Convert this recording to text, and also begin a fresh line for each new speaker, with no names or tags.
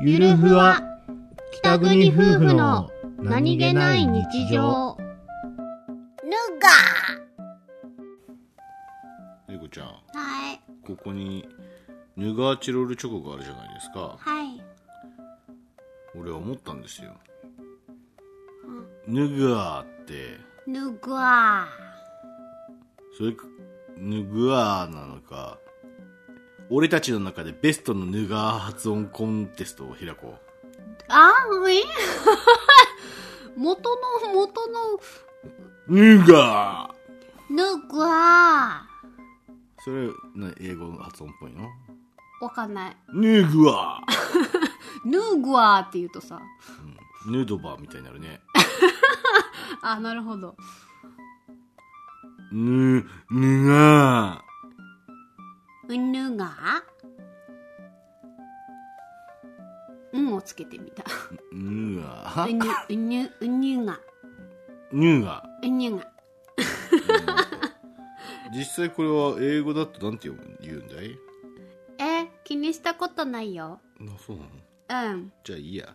ゆるふわ北国夫婦の
ルガ
猫ちゃん
ーはい
ここにヌガーチロルチョコがあるじゃないですか
はい
俺は思ったんですよヌガーって
ルガ
それかヌガーなのか俺たちの中でベストのヌガー発音コンテストを開こう
ーあえ 元の元の
ヌガー
ルガ
それな英語の発音っぽいの
ーわかんない
ヌガー
ヌグワーって言うとさ
ヌードバーみたいになるね
あなるほど
ヌヌガ
ヌガーうんをつけてみた
ーヌガー
うにゅうにゅうにゅが
ヌガー
うにゅが
実際これは英語だとなんて言うん言うんだい
え気にしたことないよ
あそうなの
うん
じゃあいいや